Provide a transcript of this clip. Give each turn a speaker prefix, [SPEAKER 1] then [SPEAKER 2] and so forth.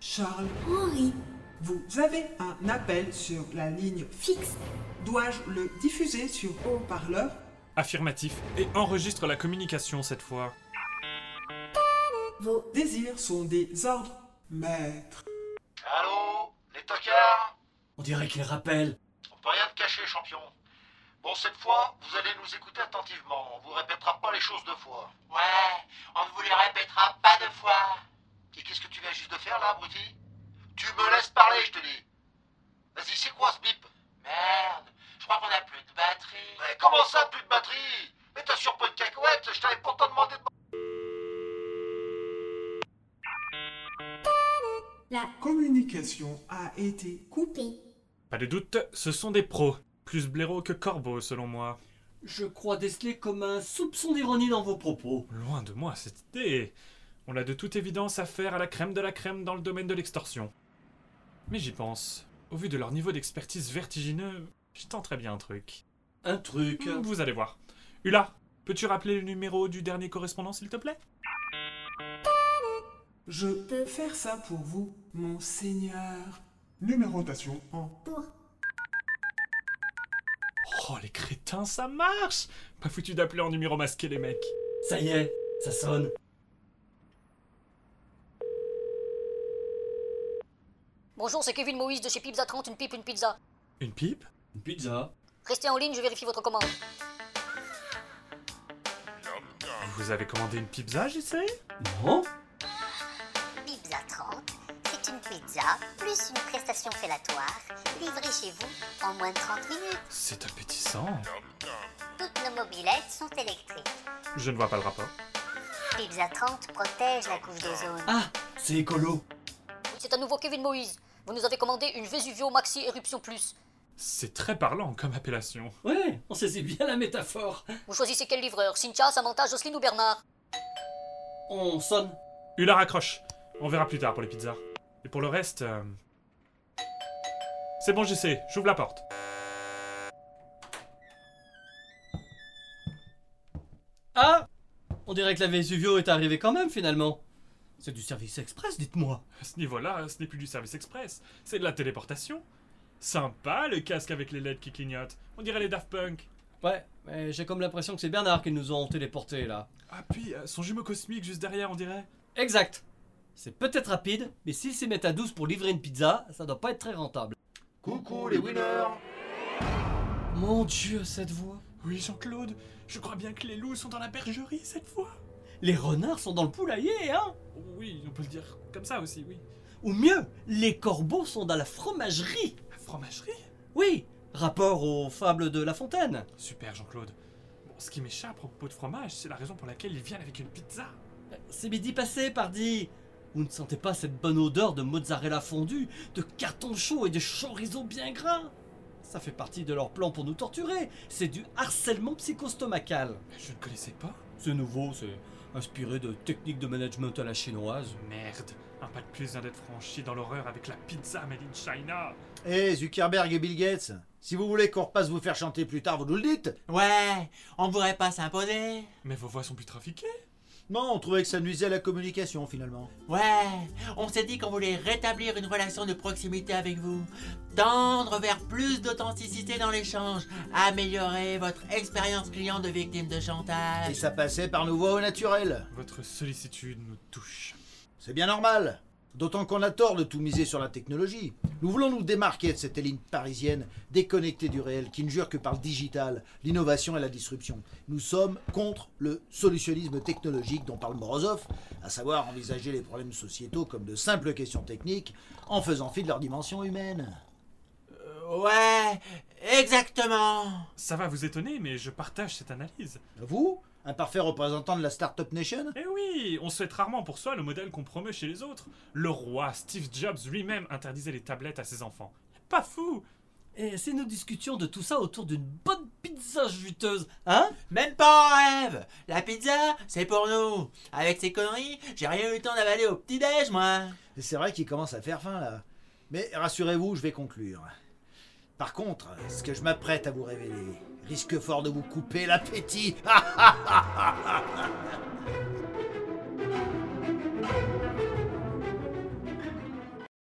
[SPEAKER 1] Charles,
[SPEAKER 2] Henri,
[SPEAKER 1] vous avez un appel sur la ligne.
[SPEAKER 2] fixe,
[SPEAKER 1] Dois-je le diffuser sur haut-parleur
[SPEAKER 3] Affirmatif. Et enregistre la communication cette fois.
[SPEAKER 2] vos
[SPEAKER 1] Désirs sont des ordres. Maître.
[SPEAKER 4] Allô Les tocards
[SPEAKER 5] On dirait qu'il rappelle.
[SPEAKER 4] On peut rien te cacher, champion. Bon, cette fois, vous allez nous écouter attentivement. On vous répétera pas les choses deux fois. Ouais, on ne vous les répétera pas deux fois. Et qu'est-ce que tu viens juste de faire, là, abruti Tu me laisses parler, je te dis. Vas-y, c'est quoi ce bip Merde, je crois qu'on a plus de batterie. Mais comment ça, plus de batterie Mais t'as sur pas une cacahuète, je t'avais pourtant demandé de...
[SPEAKER 2] la
[SPEAKER 1] Communication a été coupée.
[SPEAKER 2] coupée.
[SPEAKER 3] Pas de doute, ce sont des pros. Plus blaireaux que corbeaux, selon moi.
[SPEAKER 5] Je crois déceler comme un soupçon d'ironie dans vos propos.
[SPEAKER 3] Loin de moi cette idée. On a de toute évidence affaire à la crème de la crème dans le domaine de l'extorsion. Mais j'y pense. Au vu de leur niveau d'expertise vertigineux, je tenterais bien un truc. Hmm,
[SPEAKER 5] Un truc.
[SPEAKER 3] Vous allez voir. Hula, peux-tu rappeler le numéro du dernier correspondant, s'il te plaît
[SPEAKER 1] Je peux faire ça pour vous, mon seigneur. Numérotation en
[SPEAKER 2] Pour
[SPEAKER 3] Oh, les crétins, ça marche Pas foutu d'appeler en numéro masqué, les mecs.
[SPEAKER 5] Ça y est, ça sonne.
[SPEAKER 6] Bonjour, c'est Kevin Moïse de chez Pizza 30, une pipe, une pizza.
[SPEAKER 3] Une pipe
[SPEAKER 5] Une pizza.
[SPEAKER 6] Restez en ligne, je vérifie votre commande.
[SPEAKER 3] Vous avez commandé une pizza, j'essaie
[SPEAKER 5] Non
[SPEAKER 6] Pizza 30, c'est une pizza, plus une prestation fellatoire, livrée chez vous en moins de 30 minutes.
[SPEAKER 3] C'est appétissant.
[SPEAKER 6] Toutes nos mobilettes sont électriques.
[SPEAKER 3] Je ne vois pas le rapport.
[SPEAKER 6] Pizza 30 protège la couche d'ozone.
[SPEAKER 5] Ah, c'est écolo.
[SPEAKER 6] C'est à nouveau Kevin Moïse. Vous nous avez commandé une Vesuvio Maxi Éruption Plus.
[SPEAKER 3] C'est très parlant comme appellation.
[SPEAKER 5] Ouais, on saisit bien la métaphore.
[SPEAKER 6] Vous choisissez quel livreur Cynthia, Samantha, Jocelyne ou Bernard
[SPEAKER 5] On sonne.
[SPEAKER 3] Hula raccroche. On verra plus tard pour les pizzas. Et pour le reste. euh, C'est bon, j'y sais. J'ouvre la porte.
[SPEAKER 5] Ah On dirait que la Vesuvio est arrivée quand même finalement. C'est du service express, dites-moi.
[SPEAKER 3] À ce niveau-là, ce n'est plus du service express. C'est de la téléportation. Sympa le casque avec les LED qui clignotent. On dirait les Daft Punk.
[SPEAKER 5] Ouais, mais j'ai comme l'impression que c'est Bernard qui nous ont téléportés là.
[SPEAKER 3] Ah, puis euh, son jumeau cosmique juste derrière, on dirait.
[SPEAKER 5] Exact. C'est peut-être rapide, mais s'ils s'y mettent à 12 pour livrer une pizza, ça doit pas être très rentable.
[SPEAKER 4] Coucou, les winners
[SPEAKER 5] Mon dieu, cette voix.
[SPEAKER 3] Oui, Jean-Claude, je crois bien que les loups sont dans la bergerie cette fois.
[SPEAKER 5] Les renards sont dans le poulailler, hein
[SPEAKER 3] Oui, on peut le dire comme ça aussi, oui.
[SPEAKER 5] Ou mieux, les corbeaux sont dans la fromagerie.
[SPEAKER 3] La fromagerie
[SPEAKER 5] Oui, rapport aux fables de La Fontaine.
[SPEAKER 3] Super, Jean-Claude. Bon, ce qui m'échappe à propos de fromage, c'est la raison pour laquelle ils viennent avec une pizza.
[SPEAKER 5] C'est midi passé, pardi. Vous ne sentez pas cette bonne odeur de mozzarella fondue, de carton chaud et de chorizo bien gras Ça fait partie de leur plan pour nous torturer. C'est du harcèlement psychostomacal.
[SPEAKER 3] Mais je ne connaissais pas.
[SPEAKER 5] C'est nouveau, c'est inspiré de techniques de management à la chinoise.
[SPEAKER 3] Merde, un pas de plus vient d'être franchi dans l'horreur avec la pizza made in China.
[SPEAKER 4] Eh, Zuckerberg et Bill Gates, si vous voulez qu'on repasse vous faire chanter plus tard, vous nous le dites
[SPEAKER 7] Ouais, on voudrait pas s'imposer.
[SPEAKER 3] Mais vos voix sont plus trafiquées
[SPEAKER 4] Non, on trouvait que ça nuisait à la communication, finalement.
[SPEAKER 7] Ouais, on s'est dit qu'on voulait rétablir une relation de proximité avec vous, tendre vers plus d'authenticité dans l'échange, améliorer votre expérience client de victime de
[SPEAKER 4] Et
[SPEAKER 7] chantage.
[SPEAKER 4] ça passait par nos voix au naturel.
[SPEAKER 3] Votre sollicitude nous touche.
[SPEAKER 4] C'est bien normal. D'autant qu'on a tort de tout miser sur la technologie. Nous voulons nous démarquer de cette élite parisienne, déconnectée du réel, qui ne jure que par le digital, l'innovation et la disruption. Nous sommes contre le solutionnisme technologique dont parle Morozov, à savoir envisager les problèmes sociétaux comme de simples questions techniques, en faisant fi de leur dimension humaine.
[SPEAKER 7] Euh, ouais, exactement.
[SPEAKER 3] Ça va vous étonner, mais je partage cette analyse.
[SPEAKER 4] Vous, un parfait représentant de la Startup Nation
[SPEAKER 3] Eh oui, on souhaite rarement pour soi le modèle qu'on promeut chez les autres. Le roi Steve Jobs lui-même interdisait les tablettes à ses enfants. Pas fou
[SPEAKER 5] Et si nous discutions de tout ça autour d'une bonne pizza juteuse, hein
[SPEAKER 7] Même pas en rêve. La pizza, c'est pour nous. Avec ces conneries, j'ai rien eu le temps d'avaler au petit-déj, moi.
[SPEAKER 4] Et C'est vrai qu'il commence à faire faim là. Mais rassurez-vous, je vais conclure. Par contre, ce que je m'apprête à vous révéler risque fort de vous couper l'appétit.